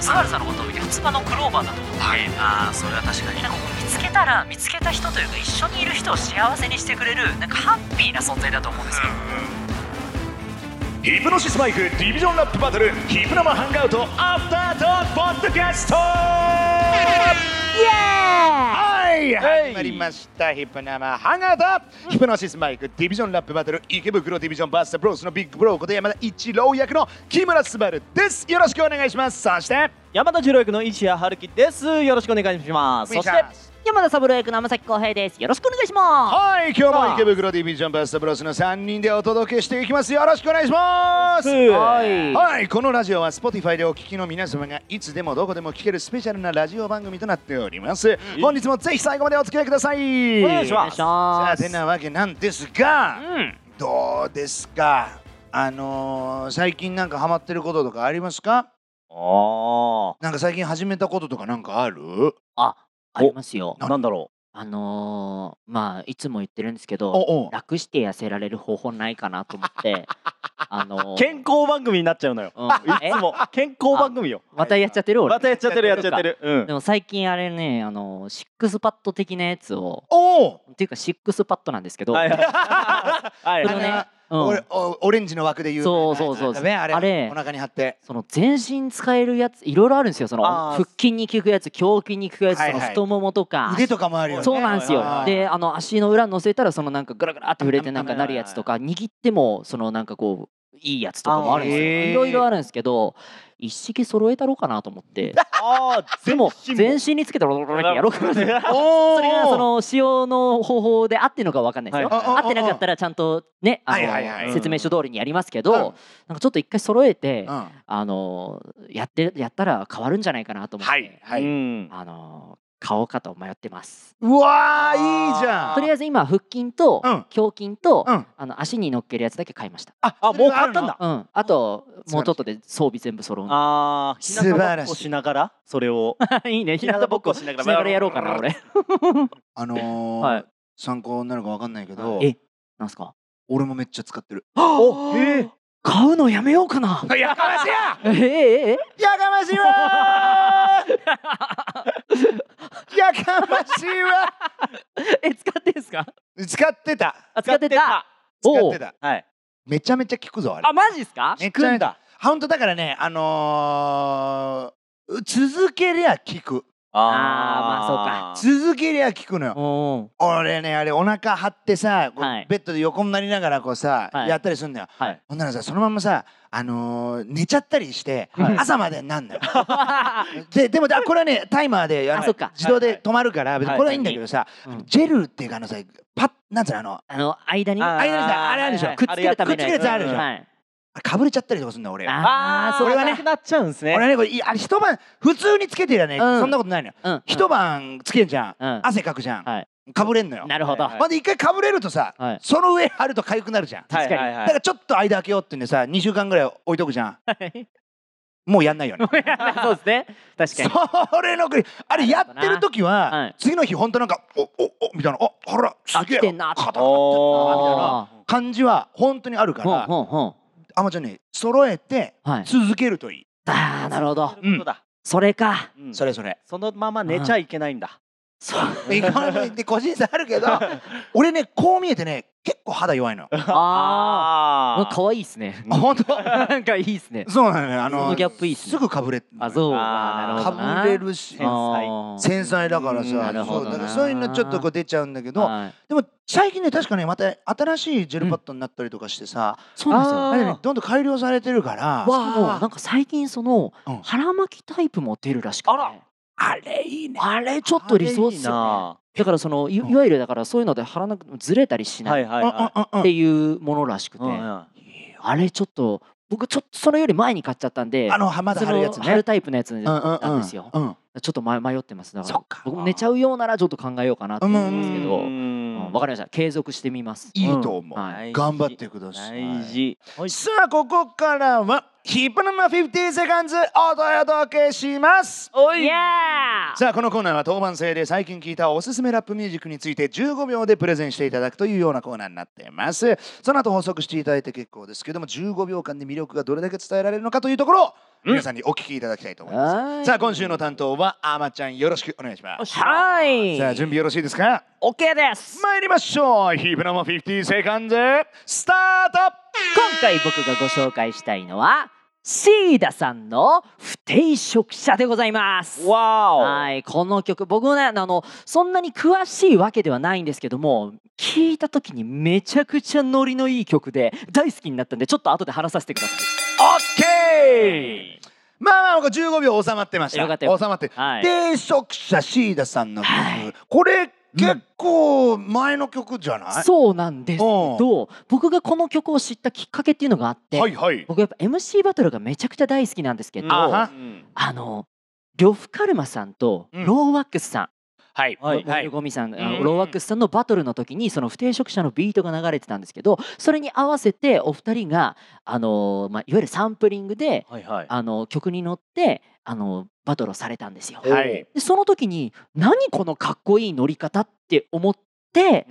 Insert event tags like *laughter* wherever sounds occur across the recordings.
菅原さんのことを四つ葉のクローバーだと思って、はいああそれは確かになんかこう見つけたら見つけた人というか一緒にいる人を幸せにしてくれるなんかハッピーな存在だと思うんですよ、ヒプノシスマイクディビジョンラップバトルヒプノマハンガウトアフタートークポッドキャストはい始まりましたヒプナマハンガウトヒプノシスマイクディビジョンラップバトル池袋ディビジョンバースターブロースのビッグブローこと山田一郎役の木村昴ですよろしくお願いしますそして山田次郎役の石谷春樹ですよろしくお願いしますそして山田三郎役の天崎浩平ですよろしくお願いしまはい今日も池袋ディビジョンバースターブロースの3人でお届けしていきますよろしくお願いしますはいはい、このラジオは Spotify でお聞きの皆様がいつでもどこでも聞けるスペシャルなラジオ番組となっております。本日もぜひ最後までお付き合いください。お願いしすおま願いしまさあ、すてなわけなんですが、うんどうですかあのー最近なんかハマってることとかありますかあなんか最近始めたこととかなんかあるありますよあなんだろあのー、まあいつも言ってるんですけどおお楽して痩せられる方法ないかなと思って *laughs* あのうー健康番組になっちゃうのようんいえつも健康番組よまたやっちゃってる俺、またやっちゃってるやっちゃってるうんでも最近あれねあのーシックスパッド的なやつをおおっていうかシックスパッドなんですけど、はいはい *laughs* はいそれをね、うんおおオレンジの枠で言うそうそうそうなんだねあれあれお腹に貼ってその全身使えるやついろいろあるんですよそのあー腹筋に効くやつ胸筋に効くやつ、はいはそいの太ももとか腕とかもあるよねそうなんですよはいはいは。いで、あの足の裏乗せたらそのなんかグラグラって触れてなんかなるやつとか、握ってもそのなんかこういいやつとかもあるんですあーへーよ。いろいろあるんですけど、一式揃えたろうかなと思 *laughs* って。あーでも身も全身につけてロロロロってやろうかなと。 *laughs* おおそれがその使用の方法で合ってるのかわかんないですよ。はい合ってなかったらちゃんとね、あはいはいはいの説明書通りにやりますけうんど、なんかちょっと一回揃えてう、んあのやってやったら変わるんじゃないかなと思っはてい、はい、うんあの買おうかと迷ってます。うわーいいじゃんとりあえず今腹筋とうん胸筋と、うんあの足に乗っけるやつだけ買いました。あもう買ったんだうん、あと素晴らしいもうちょっとで装備全部揃うの。あー素晴らしい日向ぼっこしながらそれをいい *laughs* ね、日日向向ぼぼっっここししなながらがらやろうかな、俺。あのーはい参考になるかわかんないけど、え、なんすか俺もめっちゃ使ってる。おへえ買うのやめようか *laughs* な。やかましいやええええやかましいわーやかましいわ *laughs* え、使ってんすか使ってたあ使ってた。使おっうてたはいめちゃめちゃ効くぞあれあ、マジっすかめっちくゃんだほんとだからねあのー続けりゃ効くあー続けりゃ効くのよお俺ねあれお腹張ってさ、こうはいベッドで横になりながらこうさ、はいやったりするんだよ、はいほんならさそのまんまさあのー寝ちゃったりして、はい朝までになんだよ *laughs* あででもだこれはねタイマーであのあそっか自動で止まるから、別にはいこれはいいんだけどさ、うんジェルっていうかあのさパッなん *laughs* つうのあのあの、間にああー間にさあれあるでしょ、はいくっつけるためのくっつけるやつあるでしょはいかぶれちゃったりとかするんだよ俺あー、そこれれははなね。くなっちゃうんですね俺はねこれいあれ一晩普通につけてりゃね、うんそんなことないのよ、うん一晩つけんじゃん、うん汗かくじゃん、はかぶれんのよなるほどは。いまで一回かぶれるとさ、はいその上貼ると痒くなるじゃんはいはいだはかいらちょっと間開けようってんでさ2週間ぐらい置いとくじゃんはい *laughs* もうやんないよねそうですね。確かに。それのくらいあれやってる時は、はい次の日ほんとなんかおおおみたいなあほらすあ、げえ来てんな。肩おーみたいな感じは本当にあるから、ほんほんほん。あまちゃんね揃えてはい。続けるといい、ああ、なるほど。そういうことだそれか。うんそれそれそのまま寝ちゃいけないんだ *laughs* そう。いかなで個人差あるけど俺ねこう見えてね結構肌弱いのよああ。あー可愛いですね。あ本 *laughs* 当なんかいいですね。そうなのよあそののギャップいいっすねすぐかぶれあ、そう。あーなるほかどな。ぶれるし繊細あー繊細だからさうんなるほどなそうだからそういうのちょっとこう出ちゃうんだけど、はいでも最近ね確かねまた新しいジェルパッドになったりとかしてさ、そうなんですあよ。ーあれねどんどん改良されてるからわあ、なんか最近そのうん腹巻きタイプも出るらしくて。あらあれいいねあれちょっと理想っいいすよ、ね。なだからそのいいうんわゆるだからそういうので腹なくずれたりしはないいっはいはうんうんていうものらしくいて、うんうんあれちょっと僕ちょっとそれより前に買っちゃったんで、あの浜田そ貼るやつのね貼るタイプのやつうんうんうんなんですよ。うんちょっと迷迷ってますだかそらっか僕も寝ちゃうようならちょっと考えようかなと思うんですけど、ううんんわかりました継続してみますいいと思う、はい頑張ってください大事さあここからはヒップナマ50セカンズお届けしますおイいエーさあこのコーナーは当番制で最近聞いたおすすめラップミュージックについて15秒でプレゼンしていただくというようなコーナーになっていますその後補足していただいて結構ですけども15秒間で魅力がどれだけ伝えられるのかというところを皆さんにお聞きいただきたいと思います、はーいさあ今週の担当はあまちゃんよろしくお願いしますはいさあ準備よろしいですか OK です参りましょうヒープナマ50セカンズスタート今回僕がご紹介したいのはシーダさんの不定職者でございますわはいこの曲僕もねあのそんなに詳しいわけではないんですけども聞いた時にめちゃくちゃノリのいい曲で大好きになったんでちょっと後で話させてくださオッケーまあまあ僕15秒収まってましたよかったよ収まって、はい定職者シーダさんの曲、はいこれ結構前の曲じゃないい、そうなんですけど僕がこの曲を知ったきっかけっていうのがあって、はいはい僕やっぱ MC バトルがめちゃくちゃ大好きなんですけど、あはあの呂布カルマさんとうんローワックスさん、はいははいい、モデルゴミさん、あのうんローワックスさんのバトルの時にその不定職者のビートが流れてたんですけどそれに合わせてお二人が、あのーまあ、いわゆるサンプリングで、はいはいあの曲に乗って、あのバトルをされたんですよ。はいでその時に何このかっこいい乗り方って思って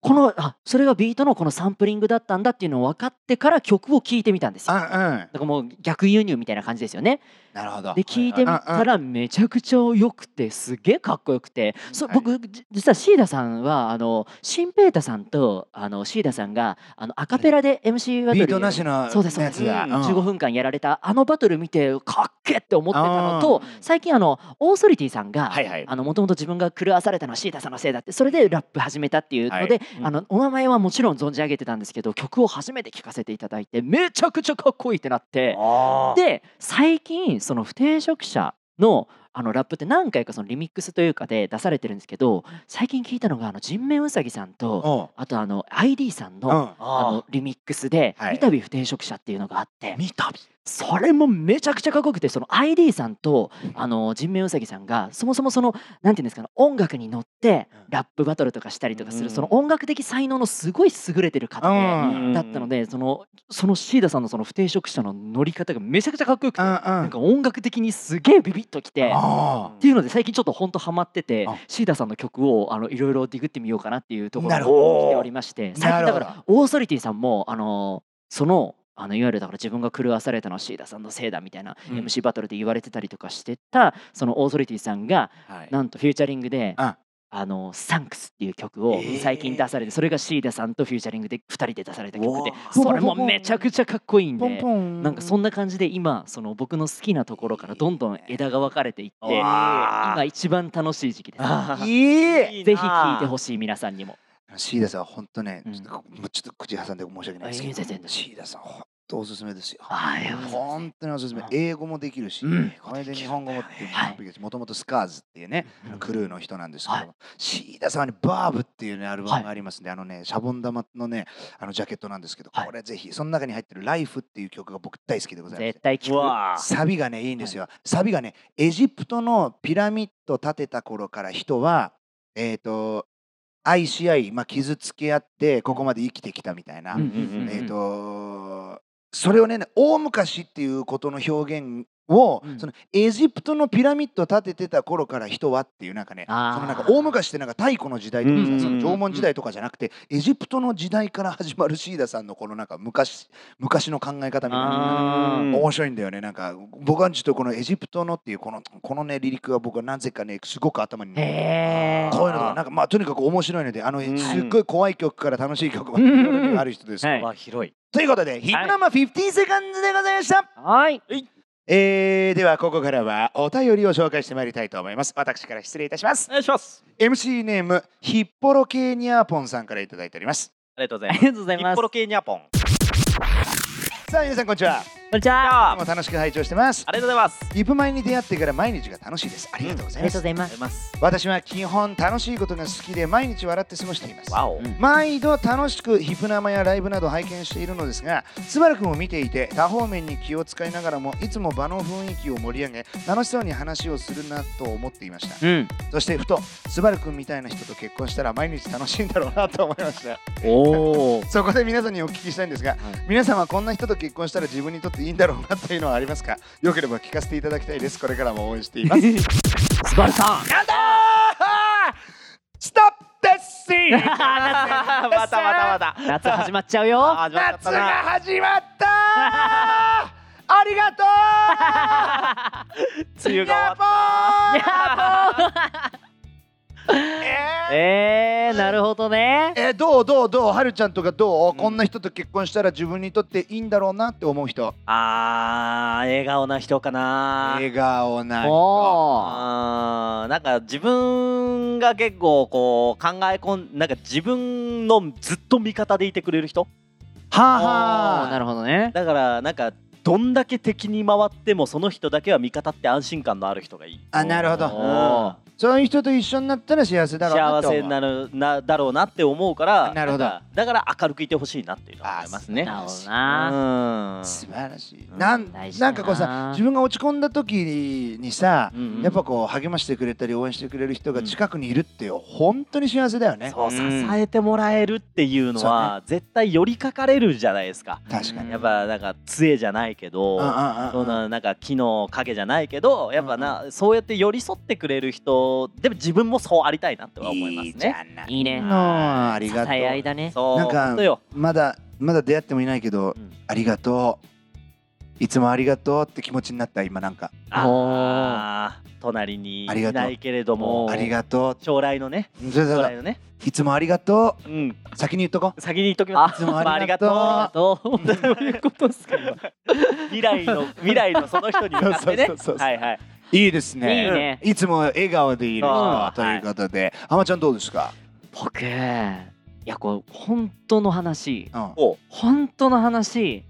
このあそれがビートのこのサンプリングだったんだっていうのを分かってから曲を聴いてみたんですうんよ。うだかんらもう逆輸入みたいな感じですよね。なるほどで聞いてみたらめちゃくちゃ良くてすげえかっこよくてそはい僕じ実はシーダさんはあのシンペータさんとあのシーダさんがあのアカペラで MC バトビルートなしのそうですそうですやつだうんうん15分間やられたあのバトル見てかっけえって思ってたのあとー最近あのオーソリティさんがはいはいあのもともと自分が狂わされたのはシータさんのせいだってそれでラップ始めたっていうので、うんあのお名前はもちろん存じ上げてたんですけど曲を初めて聴かせていただいてめちゃくちゃかっこいいってなって。あーで最近その不定職者のあのラップって何回かそのリミックスというかで出されてるんですけど最近聞いたのがあの人面うさぎさんとおうあとあの ID さんうのんああのリミックスで「はい三度不定職者」っていうのがあって見たそれもめちゃくちゃかっこよくてその ID さんとあの人面うさぎさんがそもそもそのなんていうんですかね音楽に乗ってうんラップバトルとかしたりとかすうるんその音楽的才能のすごい優れてる方うで。んうんうんだったのでそのそのシーダさんのその不定職者の乗り方がめちゃくちゃかっこよくてななんか音楽的にすげえビビッときてっあていうので最近ちょっとほんとハマっててあシーダさんの曲をあのいろいろディグってみようかなっていうところなにる来ほどておりまして最近なるだほかどらオーソリティさんもあのそのあのいわゆるだから自分が狂わされたのはシーダさんのせいだみたいなうん MC バトルで言われてたりとかしてたそのオーソリティさんがあはいなんとフューチャリングでああのサンクスっていう曲をえー最近出されてそれがシーダさんとフューチャリングで2人で出された曲でうわそれもめちゃくちゃかっこいいんでンなんかそんな感じで今その僕の好きなところからどんどん枝が分かれていってうわ今一番楽しい時期です。あいいぜひ聴いてほしい皆さんにも。シーダさん本当ね、うんちょっともうちょっと口挟んで申し訳ないですいいけ全ど、然シーダさん本当おすすめですよ。ありがとうございます本当におすすめうん。英語もできるし、うんこれで日本語もっていうはい完璧です。もともとスカーズっていうね、うんあのクルーの人なんですけど、はいシーダさんにバーブっていうねアルバムはいがありますんで、あのねシャボン玉のねあのジャケットなんですけど、はいこれぜひその中に入ってるライフっていう曲が僕大好きでございます絶。対う聴く。わーサビがねいいんですよ、サビがねエジプトのピラミッド建てた頃から人はえっ、と愛し合い、まあ、傷つけ合ってここまで生きてきたみたいな、うんうんうんうんえっ、とそれをね大昔っていうことの表現を、うんそのエジプトのピラミッド建ててた頃から人はっていうなんかねあーそのなんか大昔ってなんか太古の時代とかさ、うんうんうんその縄文時代とかじゃなくてエジプトの時代から始まるシーダさんのこのなんか昔昔の考え方みたいな。あーうん面白いんだよねなんか僕はちょっとこのエジプトのっていうこのこのねリリックが僕はなぜかねすごく頭に残ってるへこういうのがなんかまあとにかく面白いのであのんすっごい怖い曲から楽しい曲ま *laughs* うでんいろいろある人です、はいわ広いということで「ヒップナンバー50セカンズ」でございました、はい。えー、ではここからはお便りを紹介してまいりたいと思います私から失礼いたしますお願いします MC ネームヒッポロケーニアポンさんからいただいておりますありがとうござあいまりがす。とうござい日ます。ポこロ系ニャポン。さあ皆さんこんにちはんにちは。今日も楽しく拝聴してますありがとうございます。ヒップマイに出会ってから毎日が楽しいですありがとうごあざりいがますとうございまありす。がとうございます。私は基本楽しいことが好きで毎日笑って過ごしていますわお。毎度楽しくヒプナマやライブなど拝見しているのですがスバル君を見ていて多方面に気を使いながらもいつも場の雰囲気を盛り上げ楽しそうに話をするなと思っていましたうん。そしてふとスバル君みたいな人と結婚したら毎日楽しいんだろうなと思いましたおお。そこで皆さんにお聞きしたいんですが、皆さんはこんな人と結婚したら自分にとってっていいんだろうなっていうのはありますかよければ聞かせていただきたいですこれからも応援 *laughs* していますスバルさんやだーストップですしまたまたまた。 *laughs* 夏始まっちゃうよあ始まっちゃっ夏たがな始まったーありがとやっほー *laughs* うやっほーえ梅雨が終わっーえー、 *laughs* なるほどねえーどうどうどうはるちゃんとかどう、こんな人と結婚したら自分にとっていいんだろうなって思う人あー笑顔な人かな笑顔な人おーあーなんか自分が結構こう考え込んなんか自分のずっと味方でいてくれる人はああーはなるほどねだからなんかどんだけ敵に回ってもその人だけは味方って安心感のある人がいいあなるほどおうんーそういう人と一緒になったら幸せだろうな幸と思うせになるなだろうなって思うからなるほどんかだから明るくいてほしいなっていうのは思いますねなるほどうなん素晴らしい、うんなん大事なだなんかこうさ自分が落ち込んだ時にさ、うんうんやっぱこう励ましてくれたり応援してくれる人が近くにいるって本当に幸せだよね、そううん支えてもらえるっていうのは絶対寄りかかれるじゃないですか確かに、うんやっぱなんか杖じゃないけどうんうんそううんうんななんか木の影じゃないけどやっぱなそうやって寄り添ってくれる人でも自分もそうありたいなとは思いますね。いじゃないいいねのあり支がとえ合いうだねそうなんか本当よまだまだ出会ってもいないけど、うんありがとういつもありがとうって気持ちになった今なんか、あー隣にいありがとうないけれどもおーありがとう将来のねそうそう将そう来のね、いつもありがとうん、う先に言っとこう先に言っときます。いつもありがとうまあどうありがとうどういうことですか今未来 *laughs* の未来のその人に向かってねそうそうそうそうはいはいいいですね *laughs* いいねいつも笑顔でいるあ人ーということで、あまちゃんどうですか、僕いやこれ本当の話うん、お本当の話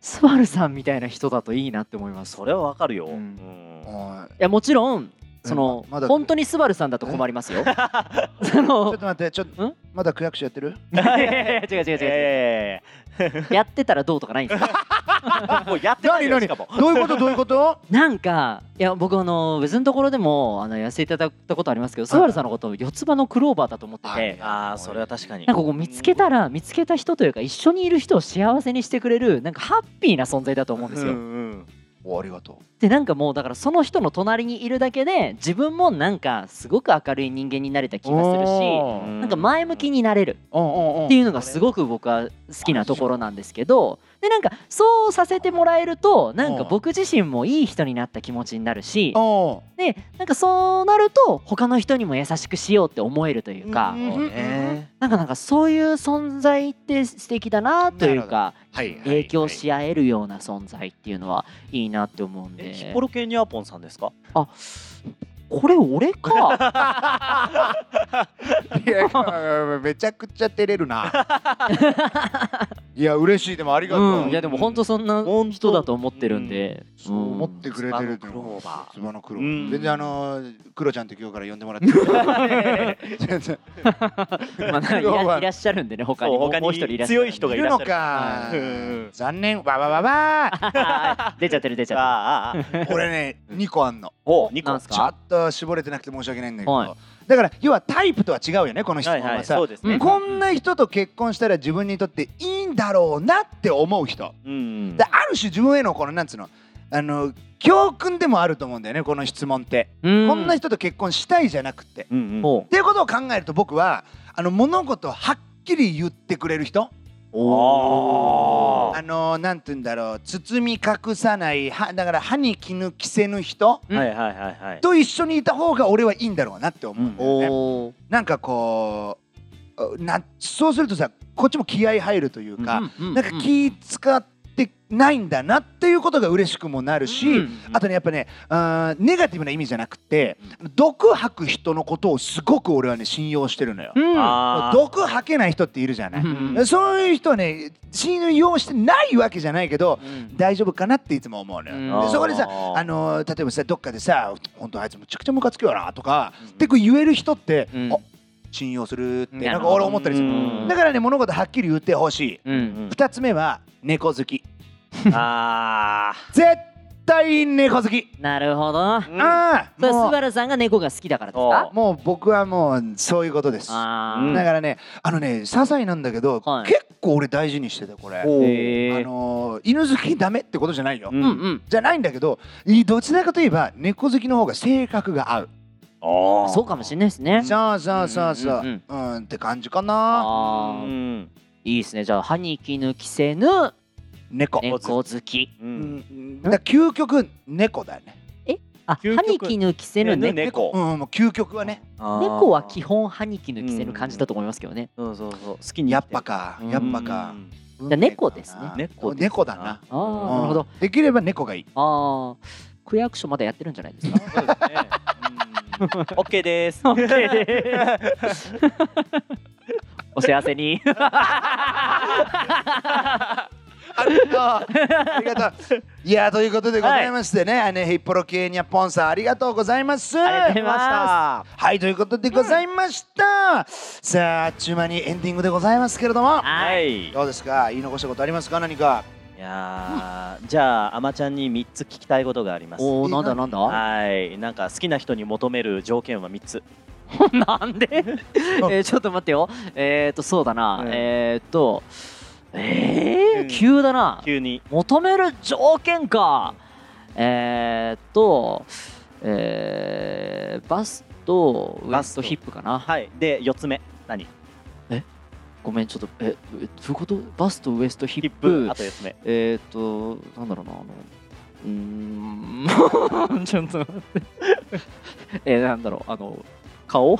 スバルさんみたいな人だといいなって思いますそれはわかるよ、うんうん *laughs* おいいやもちろんその、ままだ本当にスバルさんだと困り *laughs* ますよ。そ *laughs* ちょっのと待ってちょっとんまだ区役所やってるいやいやいや違う違う違う違う、えやってたらどうとかないんです *laughs* よ。え *laughs* もうやってないよ何しかもどういうことどういうことなんかいや僕あの別のところでもあのやらせていただいたことありますけどスバルさんのことを四つ葉のクローバーだと思ってて。ああそれは確かになんかこう見つけたら見つけた人というか一緒にいる人を幸せにしてくれるなんかハッピーな存在だと *laughs* 思うんですよ。うんおありがとでなんかもうだからその人の隣にいるだけで自分もなんかすごく明るい人間になれたう気がするしおーなんか前向きになれるうんうんうんっていうのがすごく僕は好きなところなんですけどでなんかそうさせてもらえるとなんか僕自身もいい人になった気持ちになるしおでなんかそうなると他の人にも優しくしようって思えるというかうんそうねなんかなんかそういう存在って素敵だなというかはいはい影響し合えるような存在っていうのはいいなって思うんえでヒッポロケニアポンさんですかこれ俺 *laughs* かいやめちゃくちゃ照れるないや嬉しいでもありがとう、うんいやでも本当そんな人だと思ってるんでそう思ってくれてるってうんのはつばの黒うん全然あのクロちゃんって今日から呼んでもらって *laughs* る全然 *laughs* まあない要はらいらっしゃるんでね他にそうも他にもう一人いらっしゃる強い人がいいるらっのしかゃるうん残念わわわわ出ちゃってる出ちゃっあーあーあー俺ね2個あんのおニコなんすかちょっと絞れてなくて申し訳ないんだけど、はいだから要はタイプとは違うよねこの質はい問ははいさ、そうですうねんこんな人と結婚したら自分にとっていいんだろうなって思う人うんである種自分へのこのなんつうのあの教訓でもあると思うんだよねこの質問って、たうこんな人と結婚したいじゃなくて、っうんうんもていうことを考えると僕はあの物事をはっきり言ってくれる人おあのなんて言うんだろう包み隠さないはだから歯に衣着せぬ人はいはいはいはいと一緒にいた方が俺はいいんだろうなって思うんだよね、おーなんかこうあなそうするとさこっちも気合い入るというか、なんか気使ってないんだなっていうことが嬉しくもなるし、あとねやっぱねあーネガティブな意味じゃなくて毒吐く人のことをすごく俺はね信用してるのよ。うんあー毒吐けない人っているじゃない、うんそういう人はね信用してないわけじゃないけどうん大丈夫かなっていつも思うのよ。うんでそこでさあーあの例えばさどっかでさ「本当あいつむちゃくちゃムカつくよな」とか、ってこう言える人って、うんあ信用するってうんなんか俺思ったりするうんだからね物事はっきり言ってほしい、うん2つ目は猫好きあ絶対猫好き、なるほどーああそれスもバルさんが猫が好きだからですかうもう僕はもうそういうことですだあうんーからねあのね些細なんだけど、はい結構俺大事にしててこれ、おーへあえのー犬好きダメってことじゃないよ、うんうんうんじゃないんだけどいどちらかといえば猫好きの方が性格が合うああそうかもしれないですねそうそうそうそううんうんうんって感じかなあーんいいですねじゃあ歯に衣着せぬ猫、猫好きううんん、だから究極猫だよねあ究歯極に衣着せぬね猫うんもう究極はね猫は基本歯に衣着せぬ感じだと思いますけどねそうそうそう好きにやっぱかやっぱかじゃあ猫ですね猫ですな猫だなああうんなるほどうんできれば猫がいいああ区役所まだやってるんじゃないですかそうですね *laughs* オッケーです *laughs* オッケーで *laughs* お幸せにありがとう。ありがとう。いやということでございましてね、ねヒッポロ系ニャポンさんありがとうございます。ありがとうございまはいということでございました。さああっちゅう間にエンディングでございますけれども、はいいどうですか言い残したことありますか何か。やーじゃああまちゃんに三つ聞きたいことがありますおおなんだなんだはいなんか好きな人に求める条件は三つなんでえーちょっと待ってよえっとそうだなうんえっとえうーん急だな急に求める条件かえー、っとえー、バスとウエバスストとヒップかなはいで四つ目何ごめんちょっとええどういうことバスとウエストヒヒッッププあと四つ目えー、っとなんだろうなあのうーん *laughs* ちょっと待ってえー、なんだろうあの顔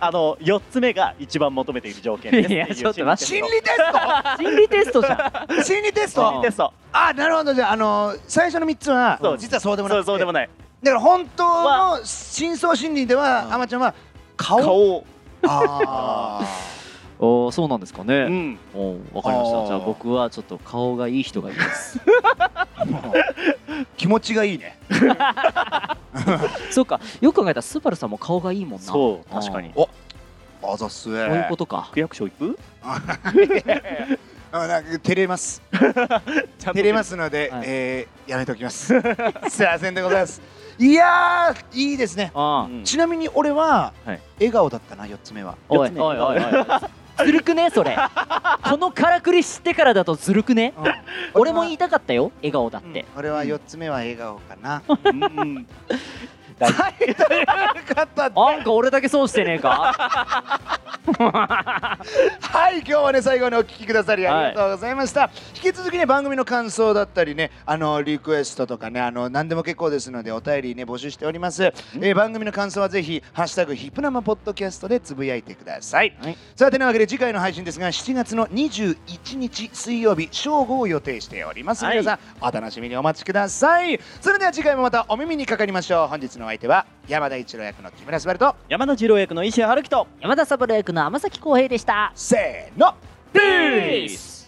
あの四つ目が一番求めている条件ですいやていうちょっと待心心理理テス心理テストじゃんト心理テス心理トテストあなるほどじゃあ、あの最初の3つはそう実はそうでもなそくてうそうでもないだから本当の真相心理では、うんあまちゃんは顔顔あー *laughs* おーそうなんですかうね、んおーわかりましあーたじゃあ僕はちょっと顔がいい人がいいです *laughs* 気持ちがいいねそうかよく考えたらスバルさんも顔がいいもんなそう確かにおあざっすそういうことか区役所行くあなんか照れますちゃんと照れますので、はいえーやめておきます *laughs* すいませんでございますいやーいいですねあうあんちなみに俺は、はい笑顔だったな4つ目はおい四つ目おいおいおいずるくねそれこのからくり知ってからだとずるくね俺も言いたかったよ笑顔だっ、って俺は4つ目は笑顔かな、うんはいということでなんか俺だけ損してねえ *laughs* かはい今日はね最後にお聞きくださりありがとうございました、引き続きね番組の感想だったりねあのリクエストとかねあの何でも結構ですのでお便りね募集しております、えー番組の感想はぜひハッシュタグヒップ生ポッドキャストでつぶやいてください、はいさあてなわけで次回の配信ですが7月の21日水曜日正午を予定しております、はい皆さんお楽しみにお待ちくださいそれでは次回もまたお耳にかかりましょう本日のお相手は山田一郎役の木村昴と山田二郎役の石原樹と山田三郎役の天崎浩平でしたせーのピース